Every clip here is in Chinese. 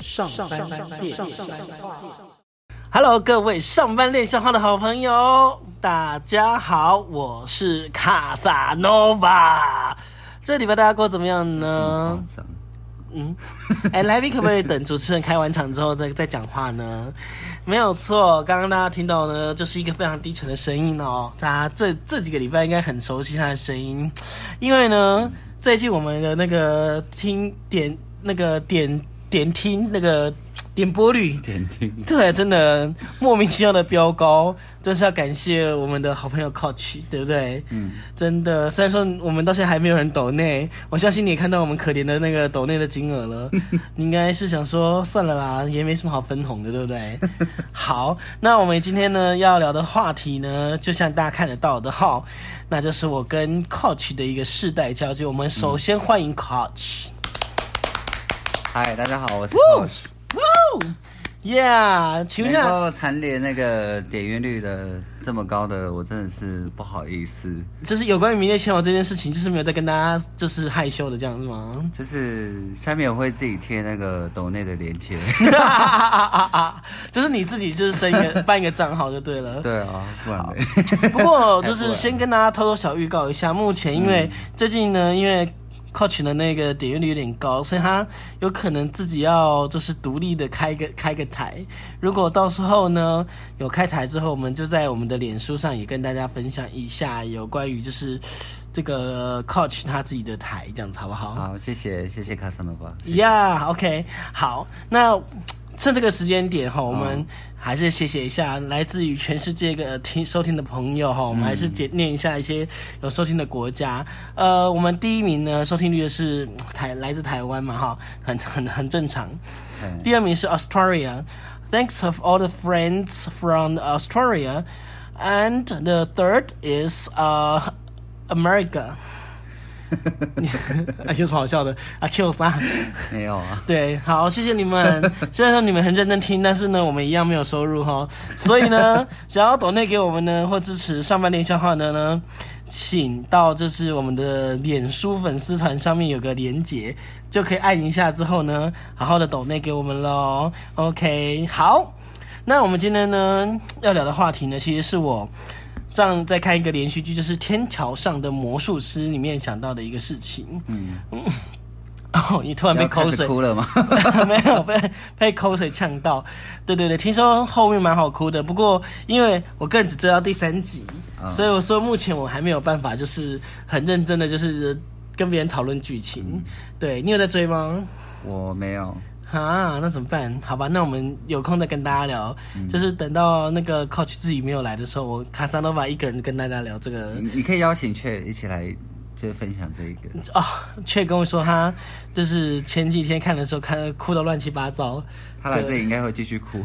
上班变相化。 Hello，各位上班恋上号的好朋友，大家好，我是卡萨诺瓦。这礼拜大家过得怎么样 呢？嗯，哎、来宾可不可以等主持人开完场之后再再讲话呢？没有错，刚刚大家听到呢，就是一个非常低沉的声音哦。大家这这几个礼拜应该很熟悉他的声音，因为呢，最近我们的那个听点那个点点听那个点播率点听对，真的莫名其妙的飙高，真是要感谢我们的好朋友 Coach，对不对？嗯，真的，虽然说我们到现在还没有人抖内，我相信你也看到我们可怜的那个抖内的金额了，你应该是想说算了啦，也没什么好分红的，对不对？好，那我们今天呢要聊的话题呢，就像大家看得到的哈，那就是我跟 Coach 的一个世代交接。我们首先欢迎 Coach。嗨，大家好，我是 Coach。 Yeah，请问一能下，够蝉联那个点阅率的这么高的，我真的是不好意思。就是有关于名列前茅这件事情，就是没有在跟大家就是害羞的这样是吗？就是下面我会自己贴那个抖内的链接。 就是你自己就是生一个办一个账号就对了。对啊，不然嘞。不嗯过就是先跟大家偷偷小预告一下，目前因为最近呢，因为 Coach 的那个点阅率有点高，所以他有可能自己要就是独立的开一个开个台。如果到时候呢有开台之后，我们就在我们的脸书上也跟大家分享一下有关于就是这个 Coach 他自己的台，这样子好不好？好，谢谢谢谢卡萨诺 巴。谢谢呀、o k 好，那趁这个时间点哈，我们嗯还是谢谢一下来自于全世界的听收听的朋友哈，我嗯们还是简念一下一些有收听的国家。呃，我们第一名呢，收听率是嗯台来自台湾嘛哈，很很很正常。对第二名是 Australia。Thanks of all the friends from Australia, and the third is uh America 啊。有什么好笑的啊？就啥？没有啊，对，好，谢谢你们。虽然说你们很认真听，但是呢，我们一样没有收入哈。所以 呢，想要抖内给我们呢，或支持上半年消化的呢，请到就是我们的脸书粉丝团上面有个连结，就可以按一下之后呢，好好的抖内给我们喽。OK，好，那我们今天呢要聊的话题呢，其实是我。上在看一个连续剧，就是《天桥上的魔术师》里面想到的一个事情。嗯， 哦，你突然被要开口始水 哭了吗？没有被被口水呛到。对对对，听说后面蛮好哭的，不过因为我个人只追到第三集，嗯所以我说目前我还没有办法，就是很认真的就是跟别人讨论剧情。对你有在追吗？我没有。啊，那怎么办？好吧，那我们有空再跟大家聊。就是等到那个 Coach 自己没有来的时候，我卡萨诺瓦一个人跟大家聊这个。你你可以邀请雀一起来，就是分享这一个。哦，却跟我说他就是前几天看的时候，看哭到乱七八糟。他来这里应该会继续哭。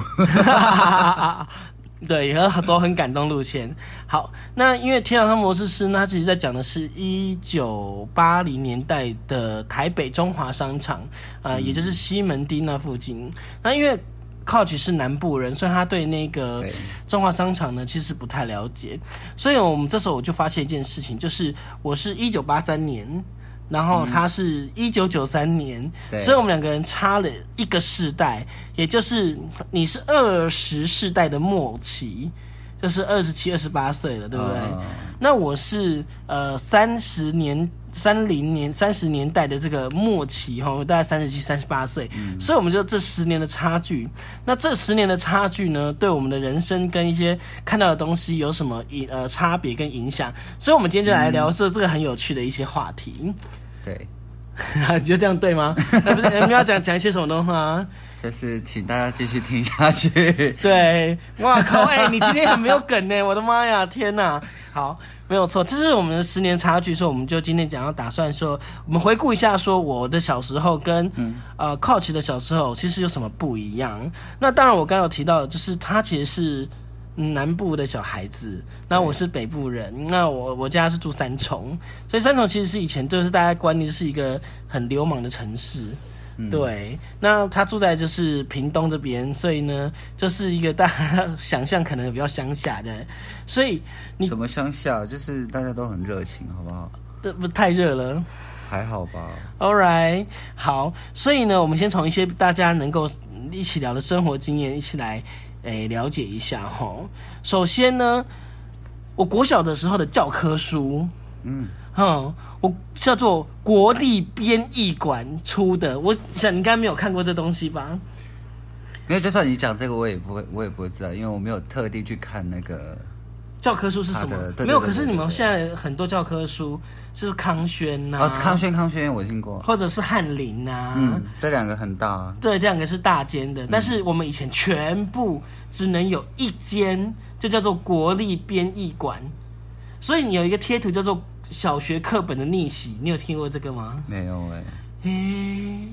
对，然后走很感动路线。好，那因为《天堂上模式师》呢，它其实在讲的是一九八零年代的台北中华商场，呃，也嗯就是西门町那附近。那因为 Coach 是南部人，所以他对那个对中华商场呢其实不太了解。所以我们这时候我就发现一件事情，就是我是一九八三年。然后他是一九九三年，嗯对所以我们两个人差了一个世代，也就是你是二十世代的末期，就是二十七、二十八岁了，对不对？ 哦那我是呃三十年、三零年、三十年代的这个末期哈，我大概三十七、三十八岁，所以我们就这十年的差距。那这十年的差距呢，对我们的人生跟一些看到的东西有什么影呃差别跟影响？所以我们今天就来聊说这个很有趣的一些话题。对， 你觉得这样对吗？呃、不是，我们要讲讲一些什么东西吗？ 就是请大家继续听下去。对，哇靠！哎、你今天很没有梗呢， 我的妈呀，天哪！好，没有错，这是我们的十年差距，所以我们就今天讲要打算说，我们回顾一下，说我的小时候跟、呃 Coach 的小时候其实有什么不一样。那当然，我刚刚有提到，就是他其实是。嗯南部的小孩子，那我是北部人，那我我家是住三重，所以三重其实是以前就是大家观念是一个很流氓的城市，对，那他住在就是屏东这边，所以呢，就是一个大家想象可能比较乡下的，所以 你什么乡下？就是大家都很热情，好不好？这不太热了。还好吧。 All right，好，所以呢，我们先从一些大家能够们一起聊的生活经验，一起来诶、了解一下吼。首先呢，我国小的时候的教科书，嗯，嗯，我叫做国立编译馆出的，我想你应该没有看过这东西吧？没有，就算你讲这个，我也不会，我也不会知道，因为我没有特地去看那个。教科书是什么它的？啊对对没有，对可是对你们对现在很多教科书是康轩呐、哦，康轩，康轩，我听过。或者是翰林呐、嗯，这两个很大啊。对，这两个是大间的，但是我们以前全部只能有一间，就叫做国立编译馆。所以你有一个贴图叫做“小学课本的逆袭”，你有听过这个吗？没有哎、嘿，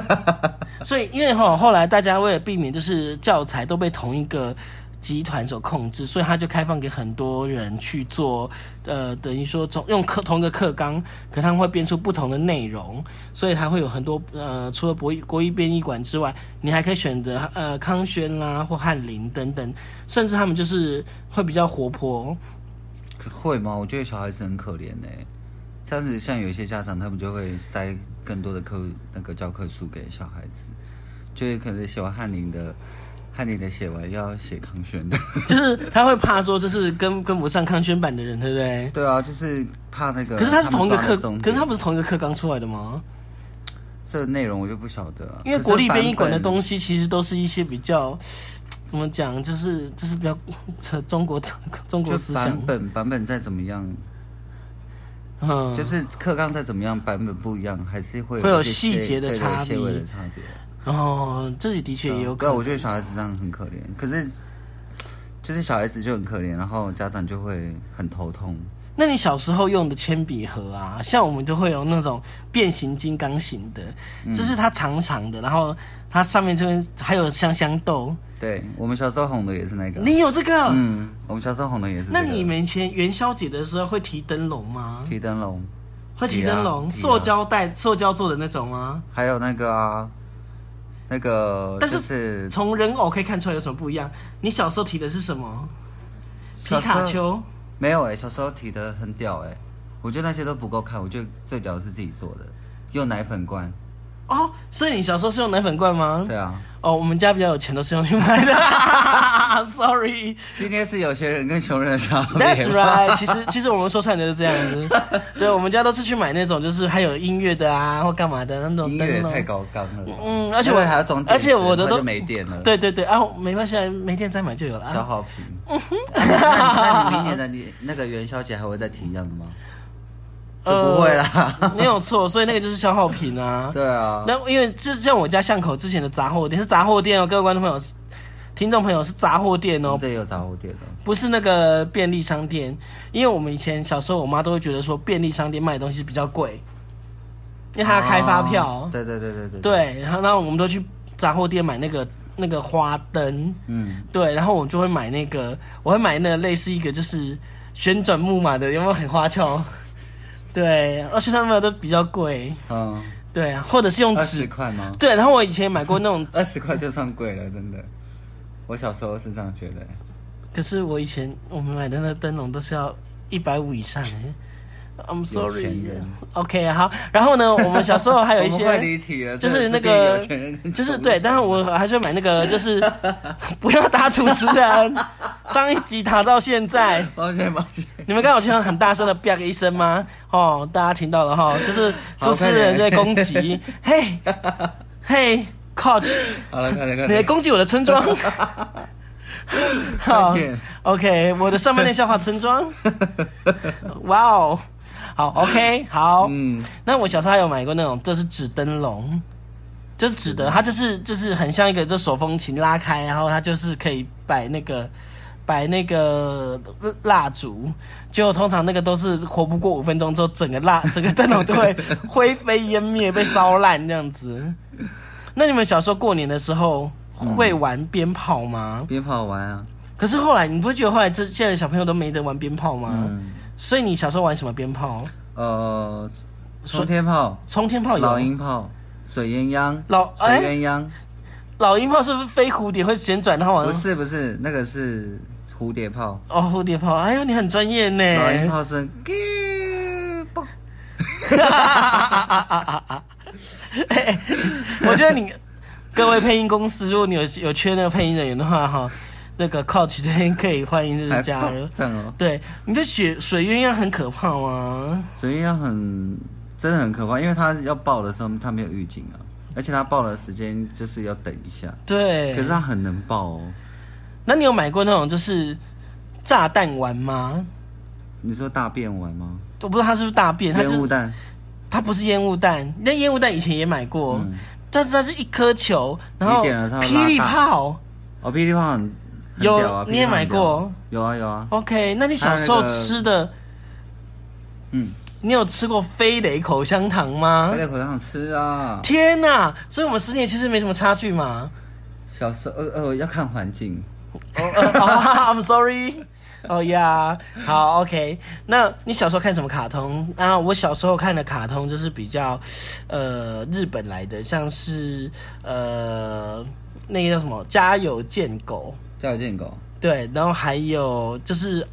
所以因为哈，后来大家为了避免就是教材都被同一个集团所控制，所以他就开放给很多人去做，呃，等于说从用课同一个课纲，可他们会编出不同的内容，所以还会有很多呃，除了国国艺编译馆之外，你还可以选择呃康轩啦或翰林等等，甚至他们就是会比较活泼，会吗？我觉得小孩子很可怜哎、这样子，像有一些家长，他们就会塞更多的课那个教科书给小孩子，就是可能写完翰林的，翰林的写完要写康轩的。 就是他会怕说就是跟跟不上康轩版的人，对不对？对啊，就是怕那个。可是他是同一个啊们课抓得重，点可是他不是同一个课纲出来的吗？这内容我就不晓得啊、因为国立可是编译馆的版本东西其实都是一些比较怎么讲，就是就是比较这中国 中国就思想版，本版本再怎么样，嗯，就是课纲再怎么样，版本不一样，还是会会有一些细节的对对差些别微的差别。哦，自己的确也有可对啊，我能。觉得小孩子这样很可怜。可是，就是小孩子就很可怜，然后家长就会很头痛。那你小时候用的铅笔盒啊，像我们就会有那种变形金刚型的，嗯就是它长长的，然后它上面这边还有香香豆，对我们小时候红的也是那个，你有这个？嗯，我们小时候红的也是、这个。那你们以前元宵节的时候会提灯笼吗？提灯笼，会提灯笼，提啊提啊塑胶袋、塑胶做的那种吗？还有那个啊，那个，但是就是从人偶可以看出来有什么不一样。你小时候提的是什么？皮小时候卡丘。没有哎、小时候提的很屌哎、我觉得那些都不够看，我觉得最屌的是自己做的，用奶粉罐。哦，所以你小时候是用奶粉罐吗？对啊，哦，我们家比较有钱，都是用去买的。I'm Sorry。今天是有钱人跟穷人的差别。 That's right，其实其实我们说穿的就是这样子，对，我们家都是去买那种就是还有音乐的啊或干嘛的那种音灯乐笼太。高纲了。嗯而且我那个还要装电而池，且我的它就都没电了。对对对，啊，没关系，啊，没电再买就有了。消啊、耗品。那你明年的你那个元宵节还会再提一样的 吗？就呃不会啦。没有错，所以那个就是消耗品啊。对啊，那因为这像我家巷口之前的杂货店是杂货店哦，各位观众朋友、听众朋友是杂货店我哦们，这也有杂货店的。不是那个便利商店。因为我们以前小时候，我妈都会觉得说便利商店卖的东西比较贵，因为它要开发票。哦对对对对对。，对，然后那我们都去杂货店买那个那个花灯，嗯，对，然后我就会买那个，我会买那个类似一个就是旋转木马的，有没有很花俏？ 对，而且他们都比较贵，嗯，对，或者是用二纸十块吗？，对，然后我以前也买过那种二十块就算贵了，真的。我小时候是这样觉得。可是我以前我们买的那灯笼都是要一百五以上的。I'm 有 sorry 钱人。 OK，好。然后呢，我们小时候还有一 我们快些，离题了，就是真的那个有钱人跟穷人就是对，但是我还是会买那个，就是 不要打主持人。啊上一集打到现在，抱歉抱歉。你们刚刚有听到很大声的“啪”一声吗？哦，大家听到了哈，就是好主持人在攻 击。嘿，嘿，Coach，好了，快点你快在点。攻击我的村庄。好快点 OK，我的上半年笑话村庄。哇哦，好 OK，好。嗯，那我小时候还有买过那种，这是纸灯笼，就是纸的，它就是就是很像一个这手风琴拉开，然后它就是可以摆那个摆那个蜡烛，结果通常那个都是活不过五分钟之后，整个蜡 整个灯笼就会灰飞烟灭，被烧烂这样子。那你们小时候过年的时候会玩鞭炮吗？鞭炮玩啊。可是后来，你不会觉得后来这现在的小朋友都没得玩鞭炮吗？嗯。所以你小时候玩什么鞭炮？呃，冲天炮、冲天哦炮有，老鹰炮、水鸳鸯、老水哎鸳鸯。老鹰炮是不是飞蝴蝶会旋转，然后往不是不是，那个是蝴蝶炮，哦蝴蝶炮？哎呦，你很专业老 鹰呢。炮是啾嘣哎哎我觉得你，各位配音公司，如果你有有缺那个配音人员的话，哈，那个 Coach 这边可以欢迎就是加入。这样哦，对，你的水水鸳鸯很可怕吗？所以要很真的很可怕，因为他要爆的时候他没有预警啊，而且他爆的时间就是要等一下，对，可是他很能爆哦。那你有买过那种就是炸弹丸吗？你说大便丸吗？我不知道它是不是大便，它烟雾是弹，它不是烟雾弹，那烟雾弹以前也买过，嗯但是它是一颗球，然后你点了它霹雳拉大炮。哦，霹雳炮很很有屌啊，你也霹雳炮买很过屌？有啊有啊， OK，那你小时候它那个吃的，嗯，你有吃过飞雷口香糖吗还？在口香糖吃啊。天呐、所以我们十年其实没什么差距嘛。小时候呃呃要看环境，哦、呃 哦 I'm sorry。哦呀，好，OK。那你小时候看什么卡通？啊，我小时候看的卡通就是比较，呃，日本来的，像是呃，那个叫什么《家有贱狗家有贱狗，》，对，然后还有就是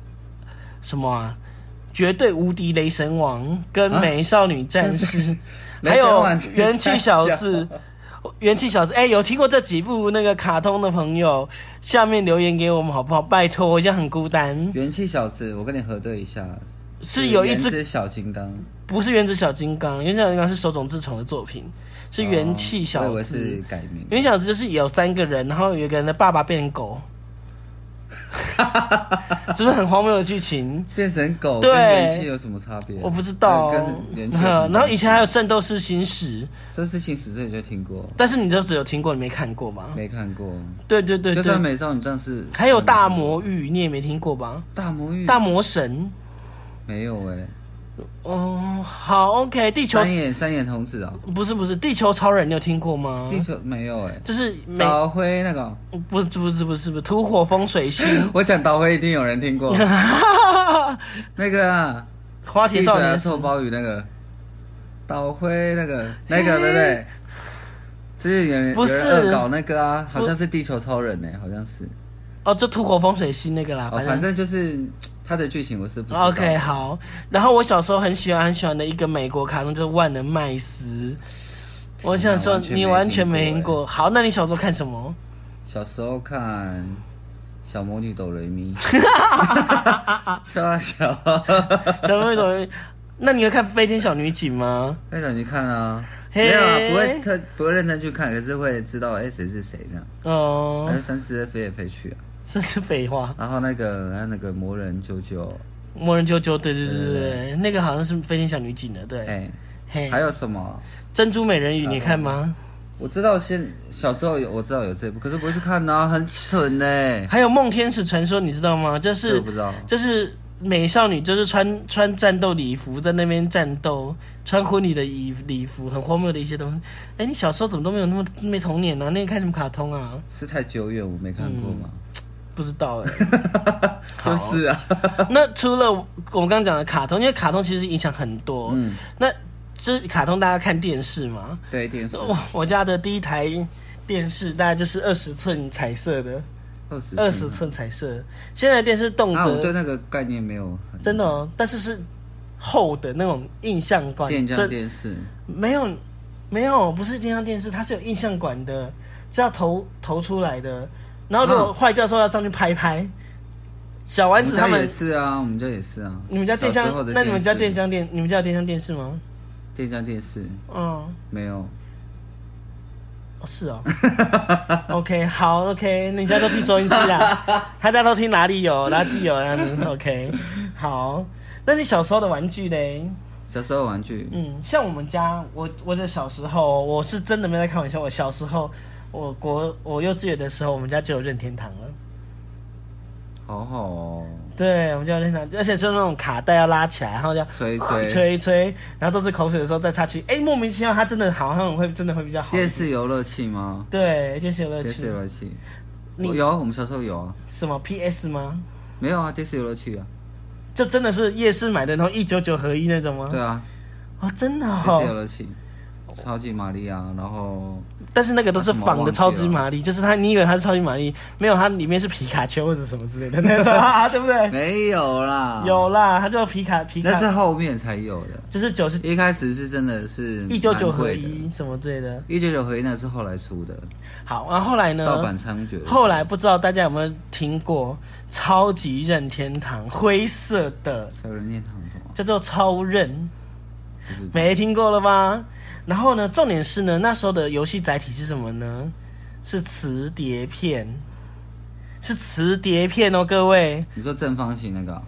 什么啊，《绝对无敌雷神王》跟《美少女战士》还啊 雷神有丸《是元气小三子》。 元气小子，哎、有听过这几部那个卡通的朋友，下面留言给我们好不好？拜托，我现在很孤单。元气小子，我跟你核对一下，是有一原只子小金刚，不是原子小金刚，原子小金刚是手冢治虫的作品，是元气哦小我以为是子。改名，元气小子就是有三个人，然后有一个人的爸爸变成 狗，是不是很荒谬的剧情？变成狗对跟元气有什么差别？我不知道跟哦、跟元气有什么差嗯 别。然后以前还有《圣斗士星矢》，这事情死这里就听过，但是你就只有听过，你没看过吗？没看过。对对对就算对，美少女战士，还有大魔域，你也没听过吧？大魔域大魔神，没有哎、哦，好，OK，地球三眼三眼童子啊、不是不是地球超人，你有听过吗？地球没有哎、就是每导灰那个，不是不是不是不是土火风水 星我讲导灰一定有人听 过，那个啊，花田地少球的年臭是鲍鱼那个，导灰那个那个对 不对？就是有人不是有人恶搞那个啊，好像是地球超人哎、好像是哦，就土火风水星那个啦，哦，反正就是它的剧情我是不知道 OK 好。然后我小时候很喜欢很喜欢的一个美国卡通就是万能麦斯，我想说完全你没完听全没过听欸过。好，那你小时候看什 么？小时候看《小魔女斗雷咪》， 超大小，小魔女斗鱼那你有看《飞天小女警》吗？那想去看啊，嘿没有啊，不会特不会认真去看，可是会知道哎谁是谁这样，哦反，正三次飞来飞去啊。这是废话。然后那个然后那个魔人啾啾，魔人啾啾，对对对对对对，那个好像是《飞天小女警》的，对。哎，嘿，还有什么？珍珠美人鱼，你看吗？我知道现小时候有我知道有这部，可是不会去看呐、很蠢呢、还有《梦天使传说》，你知道吗？就这是哎我不知道。就是美少女，就是穿穿战斗礼服在那边战斗，穿婚礼的礼礼服，很荒谬的一些东西。哎，你小时候怎么都没有那么没童年啊？那你看什么卡通啊？是太久远，我没看过吗？不知道哎、 好就是啊，那除了我刚刚讲的卡通，因为卡通其实影响很多。嗯，那这卡通大家看电视嘛？对，电视我我家的第一台电视大概就是二十寸彩色的，二十二十寸彩色。现在的电视动啊，我对辄那个概念没有很真的哦，但是是厚的那种印象馆，电浆这电视，没有没有不是电象电视，它是有印象馆的，是要投投出来的。然后如果嗯坏掉的时候要上去拍拍。小我丸们子他家们也，是啊，我们家也是啊。你们家电小时候箱的，那你们家电电视箱电，你们家有电箱电视吗？电浆电视嗯。没有？哦是哦 ，OK，好，OK，那你现在都听收音机 啦，啊他家都听哪里有垃圾有啊你？OK，好，那你小时候的玩具嘞？小时候玩具，嗯，像我们家，我我这小时候，我是真的没在开玩笑，我小时候，我国我幼稚园的时候，我们家就有任天堂了，好好哦，对，我们家有任天堂，而且是那种卡带要拉起来，然后要吹 吹吹一吹，然后都是口水的时候再插去，哎、莫名其妙，它真的好像会真的会比较好一点。电视游乐器吗？对电视游乐电器视，游乐器，你我有啊，我们小时候有啊，什么 PS 吗？没有啊，电视游乐器啊，就真的是夜市买的，然后一九九合一那种吗？对啊，哦，真的电视游哦，乐器，超级玛丽啊，然后但是那个都是仿的他怎么超忘记了级玛丽，就是它，你以为它是超级玛丽，没有，它里面是皮卡丘或者什么之类的那种、 啊，对不对？没有啦，有啦，它叫皮卡皮啊那是卡，后面才有的，就是九十一开始是真的是一九九蛮合贵的一什么之类的。一九九合一那是后来出的，好，然后后来呢？盗版猖獗的。嗯后来不知道大家有没有听过超级任天堂灰色的，小人念堂什么？叫做超任，不知道没听过了吧？然后呢，重点是呢，那时候的游戏载体是什么呢？是磁碟片，是磁碟片哦，各位。你说正方形那个啊、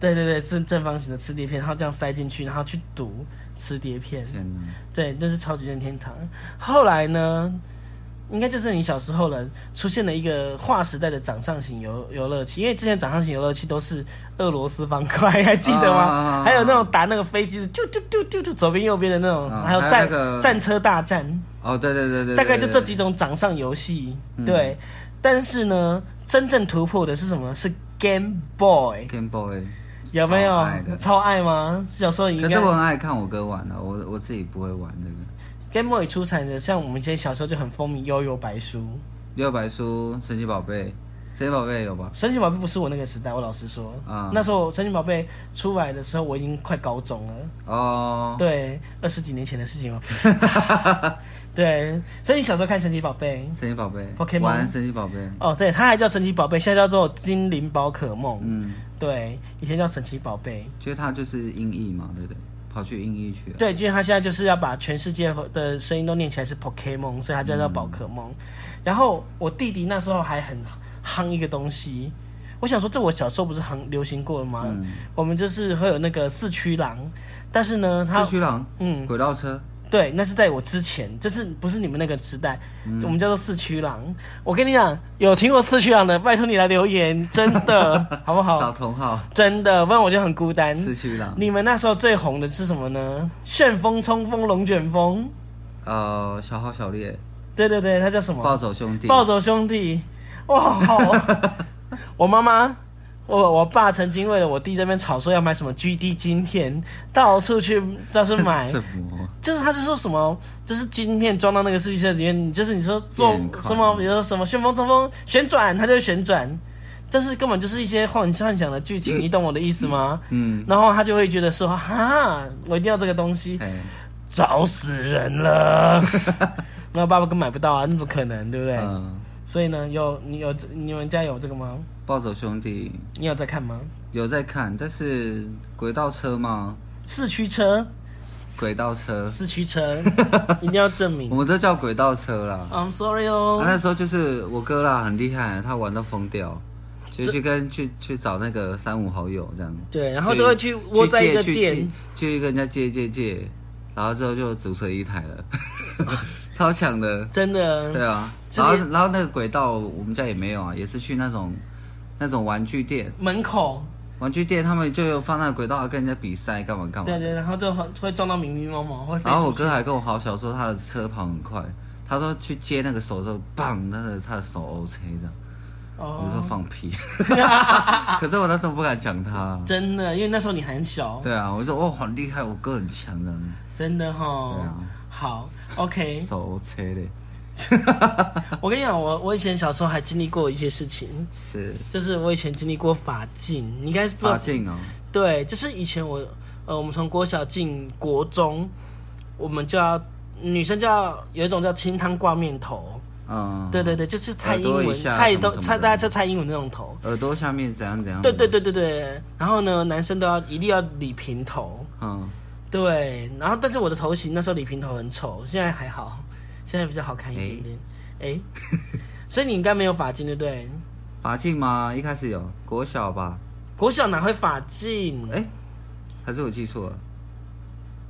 对对对，正正方形的磁碟片，然后这样塞进去，然后去读磁碟片。天哪！对，这是超级任天堂。后来呢，应该就是你小时候了，出现了一个划时代的掌上型游游乐器，因为之前掌上型游乐器都是俄罗斯方块，还记得吗？啊还有那种打那个飞机，就就就就就左边右边的那种，啊还有还有战那个战车大战，哦，对对对对，大概就对这几。种掌上游戏。嗯对，但是呢，真正突破的是什么？是 Game Boy，对 Game Boy 有没有超爱的超爱吗？小时候应可该是我很爱看我哥玩的、我我自己不会玩这个。 Game Boy 出产的，像我们以前小时候就很风靡《悠悠白书》。六白书、神奇宝贝、神奇宝贝有吧？神奇宝贝不是我那个时代，我老实说，啊那时候神奇宝贝出来的时候，我已经快高中了，哦，对，二十几年前的事情了。 对，所以你小时候看神奇宝贝，神奇宝贝 Pokemon 玩神奇宝贝，哦，对，它还叫神奇宝贝，现在叫做精灵宝可梦，嗯，对，以前叫神奇宝贝，其实它就是音译嘛，对不对？跑去音译去了。对，就是它现在就是要把全世界的声音都念起来是 Pokemon，所以它叫嗯做宝可梦。然后我弟弟那时候还很夯一个东西，我想说这我小时候不是夯流行过了吗？嗯我们就是会有那个四驱狼，但是呢，它四驱狼、嗯，轨道车，对，那是在我之前，就是不是你们那个时代，嗯我们叫做四驱狼。我跟你讲，有听过四驱狼的，拜托你来留言，真 的好不找好？同号，真的，不然我就很孤单。四驱狼，你们那时候最红的是什么呢？旋风冲锋、龙卷风，呃，小号小烈，对对对，它叫什么？暴走兄弟，暴走兄弟，哇！ 好我妈妈，我我爸曾经为了我弟这边吵说要买什么 GD 晶片，到处去到处买， 什么？ 就是他是说什么，就是晶片装到那个四驱车里面，你就是你说做变快什么，比如说什么旋风冲锋旋转，它就会旋转，但是根本就是一些幻幻想的剧情，你懂我的意思吗？嗯，然后他就会觉得说，哈，我一定要这个东西，哎，找死人了。 然后爸爸根本买不到啊，那怎么可能，对不对？嗯，所以呢，有你有你们家有这个吗？暴走兄弟你有在看吗？有在看，但是轨道车嘛，四驱车，轨道车，四驱 车，一定要证明我。们都叫轨道车啦。 I'm sorry 嗯啊，哦，那时候就是我哥啦，很厉害，他玩到疯掉，就去跟去去找那个三五好友这样，对，然后都会去窝在一个去借店，去去跟人家借借借，然后之后就组成一台了， 超强的，真对的啊。之然后前然后那个轨道我们家也没有啊，也是去那种那种玩具店，门口，玩具店他们就有放那个轨道跟人家比赛干嘛干嘛对。对，然后就很会撞到迷迷蒙蒙，会飞哦然后我出去哥还跟我好小说他的车跑很快，他说去接那个手之后，棒，那个他的手 O K 这样。我说哦，放屁， 可是我那时候不敢讲他。真的，因为那时候你很小，对啊，我说哦，好厉害，我哥很强的，真的对哈啊。好，OK，手车的，我跟你讲，我 我以前小时候还经历过一些事情，是就是我以前经历过法禁，你应该不知道发镜哦，对，就是以前我，呃，我们从国小进国中，我们就要女生就要有一种叫清汤挂面头，嗯，对对对，就是蔡英耳朵文以下蔡什么都什么蔡的嗯大家叫蔡英文那种头，耳朵下面怎样怎样，对对，对对对。然后呢，男生都要一定要理平头，嗯，对。然后但是我的头型那时候理平头很丑，现在还好，现在比较好看一点点，哎、所以你应该没有发禁对不对？发镜吗？一开始有国小吧，国小哪会发禁？哎，还是我记错了，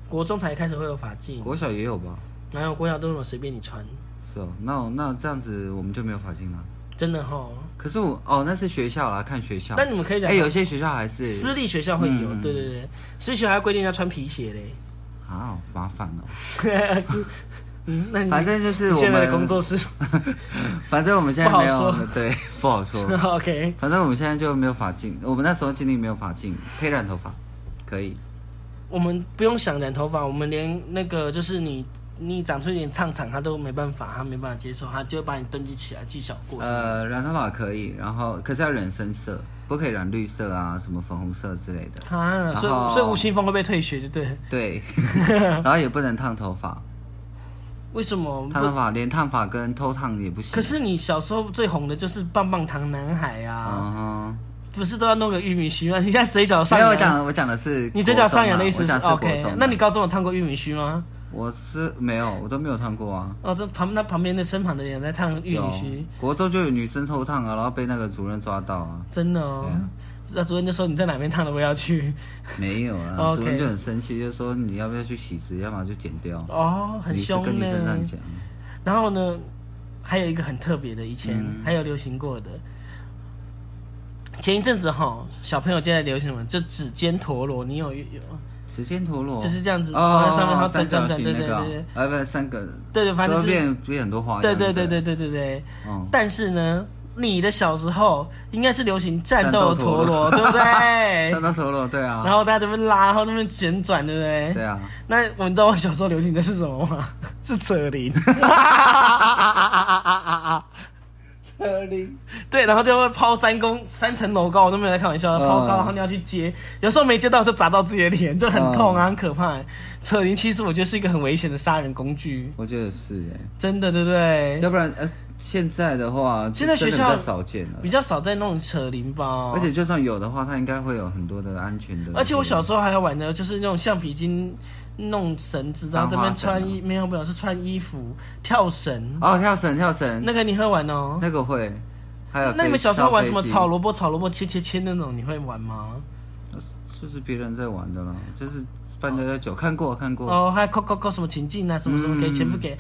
国中才开始会有发禁，国小也有吧？哪有国小都是我随便你穿，是哦，那我那这样子我们就没有发镜了。真的哈。可是我哦，那是学校啦，看学校。那你们可以讲哎，有些学校还是私立学校会有，嗯对对对，私立学校还规定要穿皮鞋嘞。 啊，麻烦哦。 嗯，那你反正就是你我现在们的工作室 反正我们现在不好没有说 对，不好说。 ，OK，反正我们现在就没有发镜，我们那时候经历没有发镜，可以染头发，可以。我们不用想染头发，我们连那个就是你你长出一点唱场，他都没办法，他没办法接受，他就会把你登记起来记小过。呃，染头发可以，然后可是要染深色，不可以染绿色啊，什么粉红色之类的。啊，然所以后所以吴青峰会被退学，就对了。 对，然后也不能烫头发，为什么不烫头发连烫发跟偷烫也不行。可是你小时候最红的就是棒棒糖男孩啊，嗯不是都要弄个玉米须吗？你现在嘴角哼，上没有我扬，讲的我讲的是你嘴角上扬国中嘛啊的意思我是讲的是国 OK？中。啊那你高中有烫过玉米须吗？我是没有，我都没有烫过啊。哦，这旁那旁边的身旁的人在烫玉有米须，国中就有女生偷烫啊，然后被那个主任抓到啊，真的哦。那主任就说你在哪边烫的，我要去。没有啊， OK 主任就很生气，就说你要不要去洗直，要么就剪掉。哦，很女生凶跟女生这呢样。讲，然后呢，还有一个很特别的，以前、嗯还有流行过的。前一阵子哈，小朋友现在流行什么？就指尖陀螺，你有有指尖陀螺就是这样子哦放在上面然后转三角转转形那对个啊对对，呃，不，三个，对对，反正都就是变变很多花样。对对对不对，对对对。嗯，但是呢，你的小时候应该是流行战斗陀螺，战斗对不陀螺 对？三角陀螺，对啊，哎然后大家哎这边拉，然后那边旋转，对不对？对啊，那我们知道我小时候流行的是什么吗？ 是扯铃。 车铃，对，然后就会抛三公三层楼高，我都没有在开玩笑，抛高，嗯然后你要去接，有时候没接到就砸到自己的脸，就很痛嗯啊，很可怕。扯铃其实我觉得是一个很危险的杀人工具，我觉得是真的，对不哎，对？要不然呃，现在的话，现在真的学校比较少见了比，较少在弄扯铃吧，而且就算有的话，它应该会有很多的安全的。而且我小时候还要玩的，就是那种橡皮筋弄绳子，然后这边穿啊衣，没有没有是穿衣服跳绳，哦，跳绳跳绳，那个你会玩哦。那个会，还有那你飞们小时候玩什跳飞么机炒萝卜、炒萝卜切切切那种，你会玩吗？就是别人在玩的啦，就是半家家酒看过看过，哦，还有扣扣扣什么情境啊，什么什么给嗯钱不给，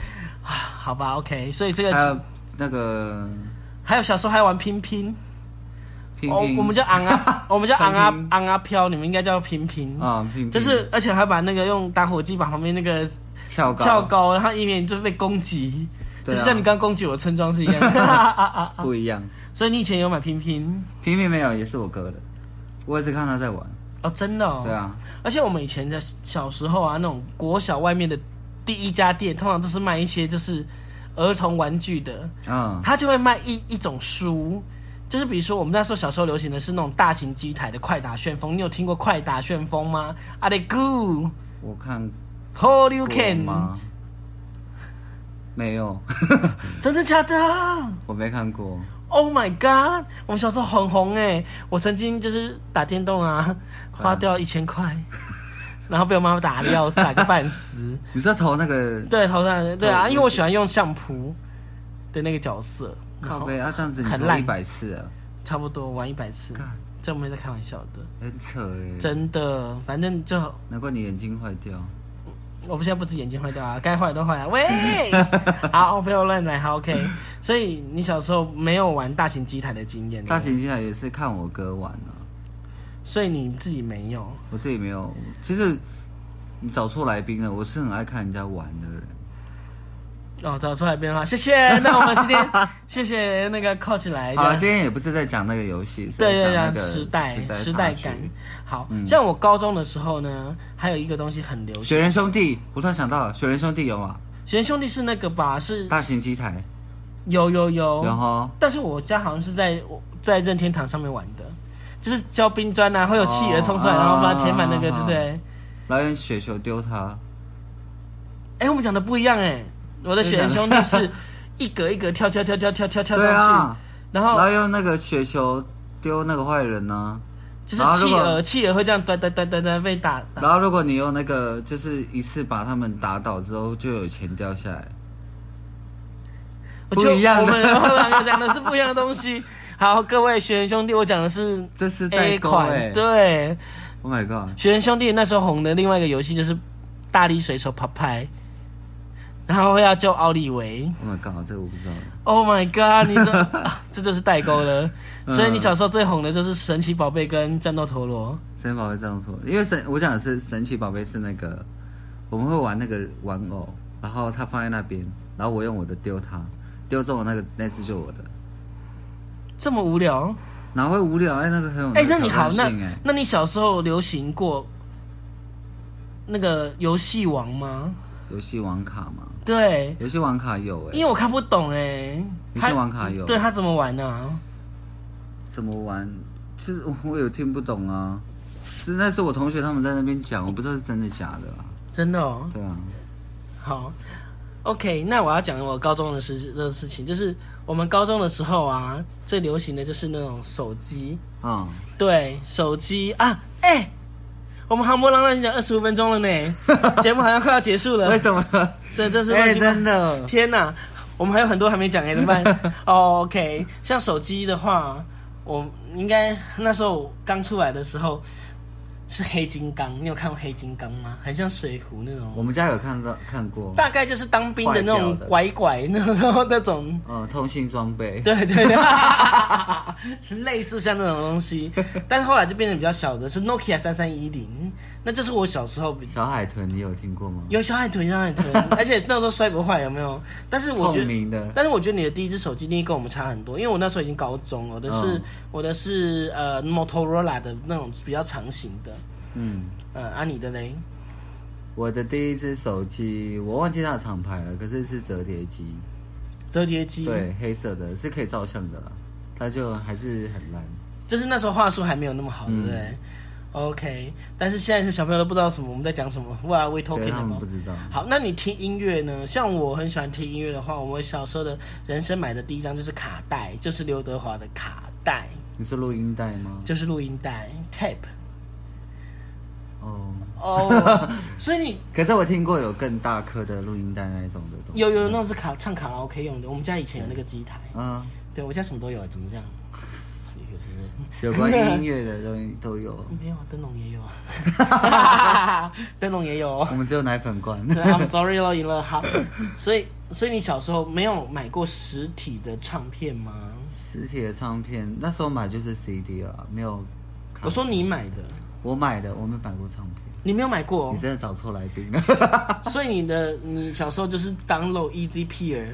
啊，好吧，OK。所以这还个有那个还有小时候还玩拼拼，拼哦拼，，我们叫昂 啊，我们叫昂啊拼拼昂啊飘，你们应该叫拼拼，啊拼拼，就是而且还把那个用打火机把旁边那个翘高翘高，然后以免就被攻击，就对啊像你刚攻击我的村庄是一样 的。不一样，所以你以前有买拼拼拼拼没有也是我哥的，我也是看他在玩，哦，真的哦。对啊，而且我们以前在小时候啊，那种国小外面的第一家店，通常都是卖一些就是儿童玩具的，嗯，他就会卖一一种书。就是比如说，我们那时候小时候流行的是那种大型机台的快打旋风，你有听过快打旋风吗？阿雷姑我看，Hold you 过 can，吗？没有， 真的假的？我没看过， Oh my god！我们小时候很红哎、我曾经就是打电动 啊，花掉一千块，然后被我妈妈打的要死，打个半 死。你是要投那个对，头上对啊，对因为我喜欢用相扑的那个角色，靠背啊？这样子你很投烂一百次啊，差不多玩一百次，干这没在开玩笑的，很扯哎，真的，反正就难怪你眼睛坏掉，我不现在不止眼睛坏掉啊，该坏都坏啊。喂， 好，不要乱来，好 OK。所以你小时候没有玩大型机台的经验，大，型机台也是看我哥玩啊。所以你自己没有。我自己没有。其实你找错来宾了，我是很爱看人家玩的人。哦，找出来变化，谢谢。 那我们今天 谢谢那个 coach 来好了，的，今天也不是在讲那个游戏，是在哎对对讲那对，个时代时代时差代距感。好、嗯像我高中的时候呢，还有一个东西很流行，雪人兄弟，我突然想到了，雪人兄弟有吗？学生兄弟是那个吧？是大型机台，有有有然后但是我家好像是在我在任天堂上面玩的，就是浇冰砖啊，会有企鹅冲出来，哦然后把它填满那个，啊对不对？然后用雪球丢他，哎、我们讲的不一样哎、我的雪人兄弟是一格一格跳跳跳跳跳跳跳上对去，啊，然然后后用那个雪球丢那个坏人呢、就是然后如企果鹅，企鹅会这样哒哒哒哒哒被打打然后如果你用那个，就是一次把他们打倒之后，就有钱掉下来。我就不一样的我们两个讲的是不一样的东西。 好，各位学员兄弟，我讲的是这是代 A 沟款，哎、对， o h my god！学员兄弟那时候红的另外一个游戏就是大力水手跑拍，然后要救奥利维。 Oh my god，这个我不知道。 Oh my god！你这、 啊这就是代沟了。嗯所以你小时候最红的就是神奇宝贝跟战斗陀螺。神奇宝贝这样说，因为神我讲的是神奇宝贝是那个我们会玩那个玩偶，然后它放在那边，然后我用我的丢它，丢中我那个那只就我的，这么无聊，哪会无聊？哎、那个很有哎、那挑你好，战那性哎，那你小时候流行过那个游戏王吗？游戏王卡吗？对，游戏王卡有哎、因为我看不懂哎，游他戏王卡有对他怎么玩呢、啊？怎么玩？就是我我有听不懂啊，是那是我同学他们在那边讲，我不知道是真的假的啦。真的哦，对啊，好，OK，那我要讲我高中的事的事情，就是我们高中的时候啊，最流行的就是那种手机，嗯，对，手机啊，哎、我们航波浪浪已经讲二十五分钟了 呢，节目好像快要结束了为，什么？这这是哎、乱七八真的，天哪，我们还有很多还没讲哎，怎么办？ 哦、o k 像手机的话，我应该那时候刚出来的时候是黑金刚，你有看过黑金刚吗？很像水壶那种。我们家有看到看过，大概就是当兵的那坏掉种的拐拐，那种那种，呃，通信装备，对对 对，类似像那种东西。但是后来就变得比较小的是 Nokia 三三一零，那就是我小时候比小海豚你有听过吗？有小海豚，小海 豚，而且那时候摔不坏，有没有？但是我觉透得。明的，但是我觉得你的第一只手机一定跟我们差很多，因为我那时候已经高中了，我的是、嗯我的是呃 Motorola 的那种比较长型的，嗯。呃，啊你的嘞？我的第一只手机，我忘记它的厂牌了，可是是折叠机，折叠机，，对，黑色的，是可以照相的啦。它就还是很烂，就是那时候话术还没有那么好，对不对、o 嗯 k 但是现在是小朋友都不知道什么我们在讲什么，What are we 对 talking 他们 about？不知道。好，那你听音乐呢？像我很喜欢听音乐的话，我小时候的人生买的第一张就是卡带，就是刘德华的卡带，你说录音带吗？就是录音带 tape。哦，哦、 所以你可是我听过有更大颗的录音带那一种的东西。有有那种是卡唱卡拉 OK 用的，我们家以前有那个机台，啊，对我家什么都有，怎么这样？有钱人有关音乐的东西都 有。没有啊，灯笼也有啊，灯笼也有哦。我们只有奶粉罐。对啊 I'm sorry 咯，赢了好。所以，所以你小时候没有买过实体的唱片吗？实体的唱片那时候买就是 CD 了，没有卡。我说你买的，我买的，我没买过唱片。你没有买过哦你真的找错来宾了。哦，所以你的你小时候就是 download Easy Peer，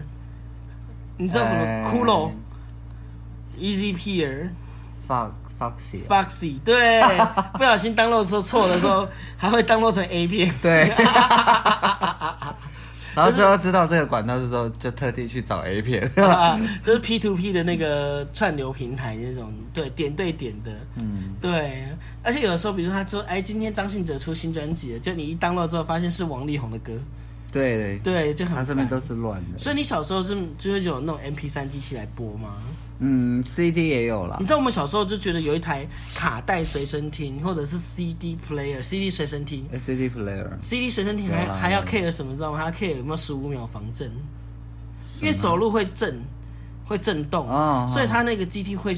你知道什么哎呃骷髅、Easy Peer、 ？Fuck Foxy 啊。 Foxy？对，不小心 download 说错的时候，还会 download 成 A 片。对， 然后最后知道这个管道的时候，就特地去找 A 片。 啊，就是 P to P 的那个串流平台那种，对，点对点的，嗯，对。而且有的时候，比如说他说，哎，今天张信哲出新专辑了，就你一 download 之后，发现是王力宏的歌，对，对，就很它烦上面都是乱的。所以你小时候是就是有那种 MP 3机器来播吗？嗯，CD 也有啦你。知道我们小时候就觉得有一台卡带随身听，或者是 CD player、CD 随身听、 CD player， CD 随身听还有啦还要有 care 什么，你知道吗？还要 care 有没有十五秒防震，因为走路会震，会震动，哦所以它那个机器会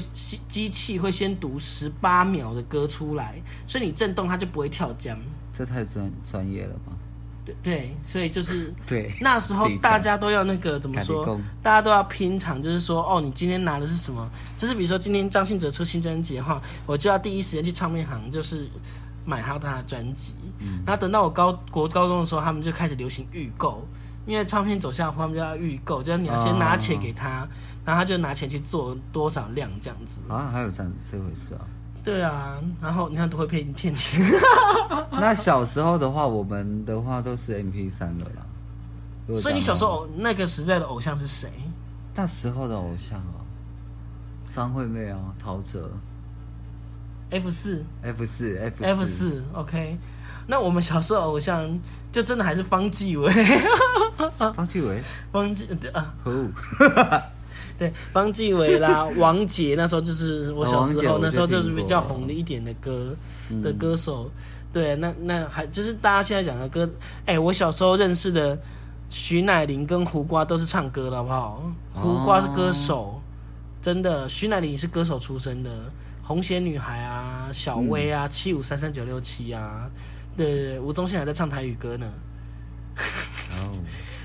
机器会先读十八秒的歌出来，所以你震动它就不会跳江。这太专专业了吧？对对，所以就是 对那时候自己讲大家都要那个怎么改立说功？大家都要拼场，就是说哦，你今天拿的是什么？就是比如说今天张信哲出新专辑的话，我就要第一时间去唱片行，就是买到他的专辑。嗯然后等到我高国高中的时候，他们就开始流行预购，因为唱片走下坡，他们就要预购，就是你要先啊拿钱给他，然后他就拿钱去做多少量这样子。啊，还有这样这回事啊？对啊，然后你看都会骗骗钱。啊那小时候的话，我们的话都是 MP 3的啦。如 果所以你小这样的话啊时候偶那个时代的偶像是谁？那时候的偶像啊，张惠妹啊，陶喆 F 四。 ，F 四 F F 四，OK。那我们小时候偶像就真的还是方季韦，方季韦 方季啊， ，Who？ 对，方季韦 啦，王杰那时候就是我小时哦候王杰那时候就是比较我就听过嗯红的一点的歌的歌手，对，那那还就是大家现在讲的歌，哎、我小时候认识的徐乃麟跟胡瓜都是唱歌的好不好？胡瓜是歌哦手，真的，徐乃麟也是歌手出身的，红鞋女孩啊，小薇嗯啊，七五三三九六七啊，对对对，吴宗宪还在唱台语歌呢。哦，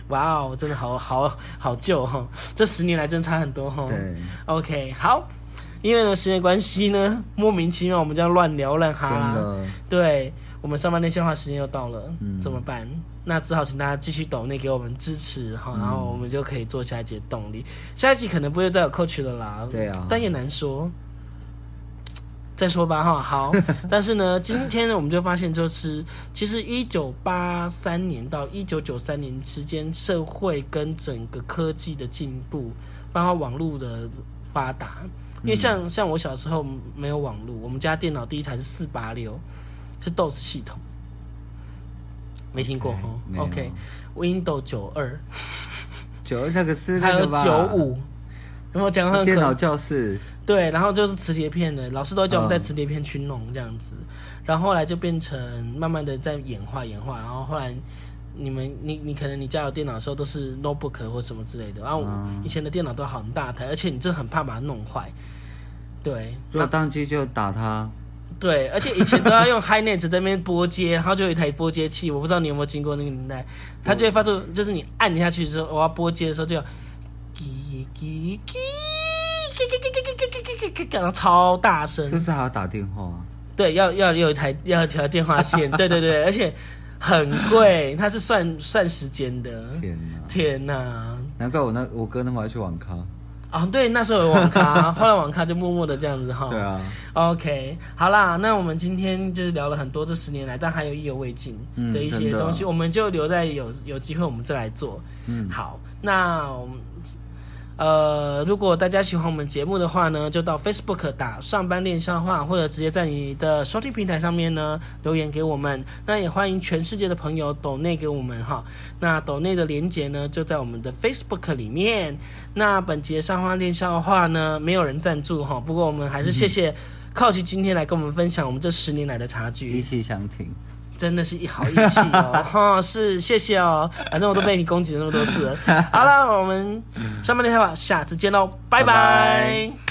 哇哦，真的好好好旧哈、这十年来真的差很多哈、对， OK，好，因为呢时间关系呢，莫名其妙我们这样乱聊乱哈 真啦。的。对，我们上半天笑话时间又到了，嗯怎么办？那只好请大家继续抖内给我们支持哈，然后我们就可以做下一节动力。下一集可能不会再有 coach 了啦，对啊但也难说。再说吧哈。好，但是呢，今天呢，我们就发现就是，其实一九八三年到一九九三年之间，社会跟整个科技的进步，包括网络的发达。因为像、像我小时候没有网络，我们家电脑第一台是四八六，是 DOS 系统，没听过哦没有 OK。Windows 九二，九二那个是还那有个吧？啊九五，然后讲到电脑教室，对，然后就是磁碟片的，老师都会叫我们带嗯磁碟片去弄这样子，然后后来就变成慢慢的在演化演化，然后后来你们你你可能你家有电脑的时候都是 notebook 或什么之类的，然后我嗯以前的电脑都很大台，而且你真的很怕把它弄坏，对如果当机就打他。对，而且以前都要用 HiNet 在那边拨接，然后就有一台拨接器，我不知道你有没有经过那个年代，它就会发出，就是你按下去之后，我要拨接的时候就有叽叽叽。叽叽叽叽叽叽叽叽叽，然后超大声，是不是还要打电话？啊对，要要有一台要有一条电话线，对对对，而且很贵，它是算算时间的。天哪！天哪、难怪我那我哥那么爱去网咖。啊！对，那时候有网咖，后来网咖就默默的这样子哈。对啊， OK，好啦，那我们今天就是聊了很多这十年来，但还有意犹未尽嗯的一些真的东西，我们就留在有有机会我们再来做。嗯，好，那我们呃，如果大家喜欢我们节目的话呢，就到 Facebook 打“上班练笑话”，或者直接在你的收听平台上面呢留言给我们。那也欢迎全世界的朋友抖内给我们哈。那抖内的连接呢，就在我们的 Facebook 里面。那本节上花练笑话呢，没有人赞助哈，不过我们还是谢谢。靠奇今天来跟我们分享我们这十年来的差距，一气相挺。真的是一好义气 哦，哈、是谢谢哦，反正我都被你 攻击了那么多次了。好了，我们上半天吧，下次见喽，拜拜拜拜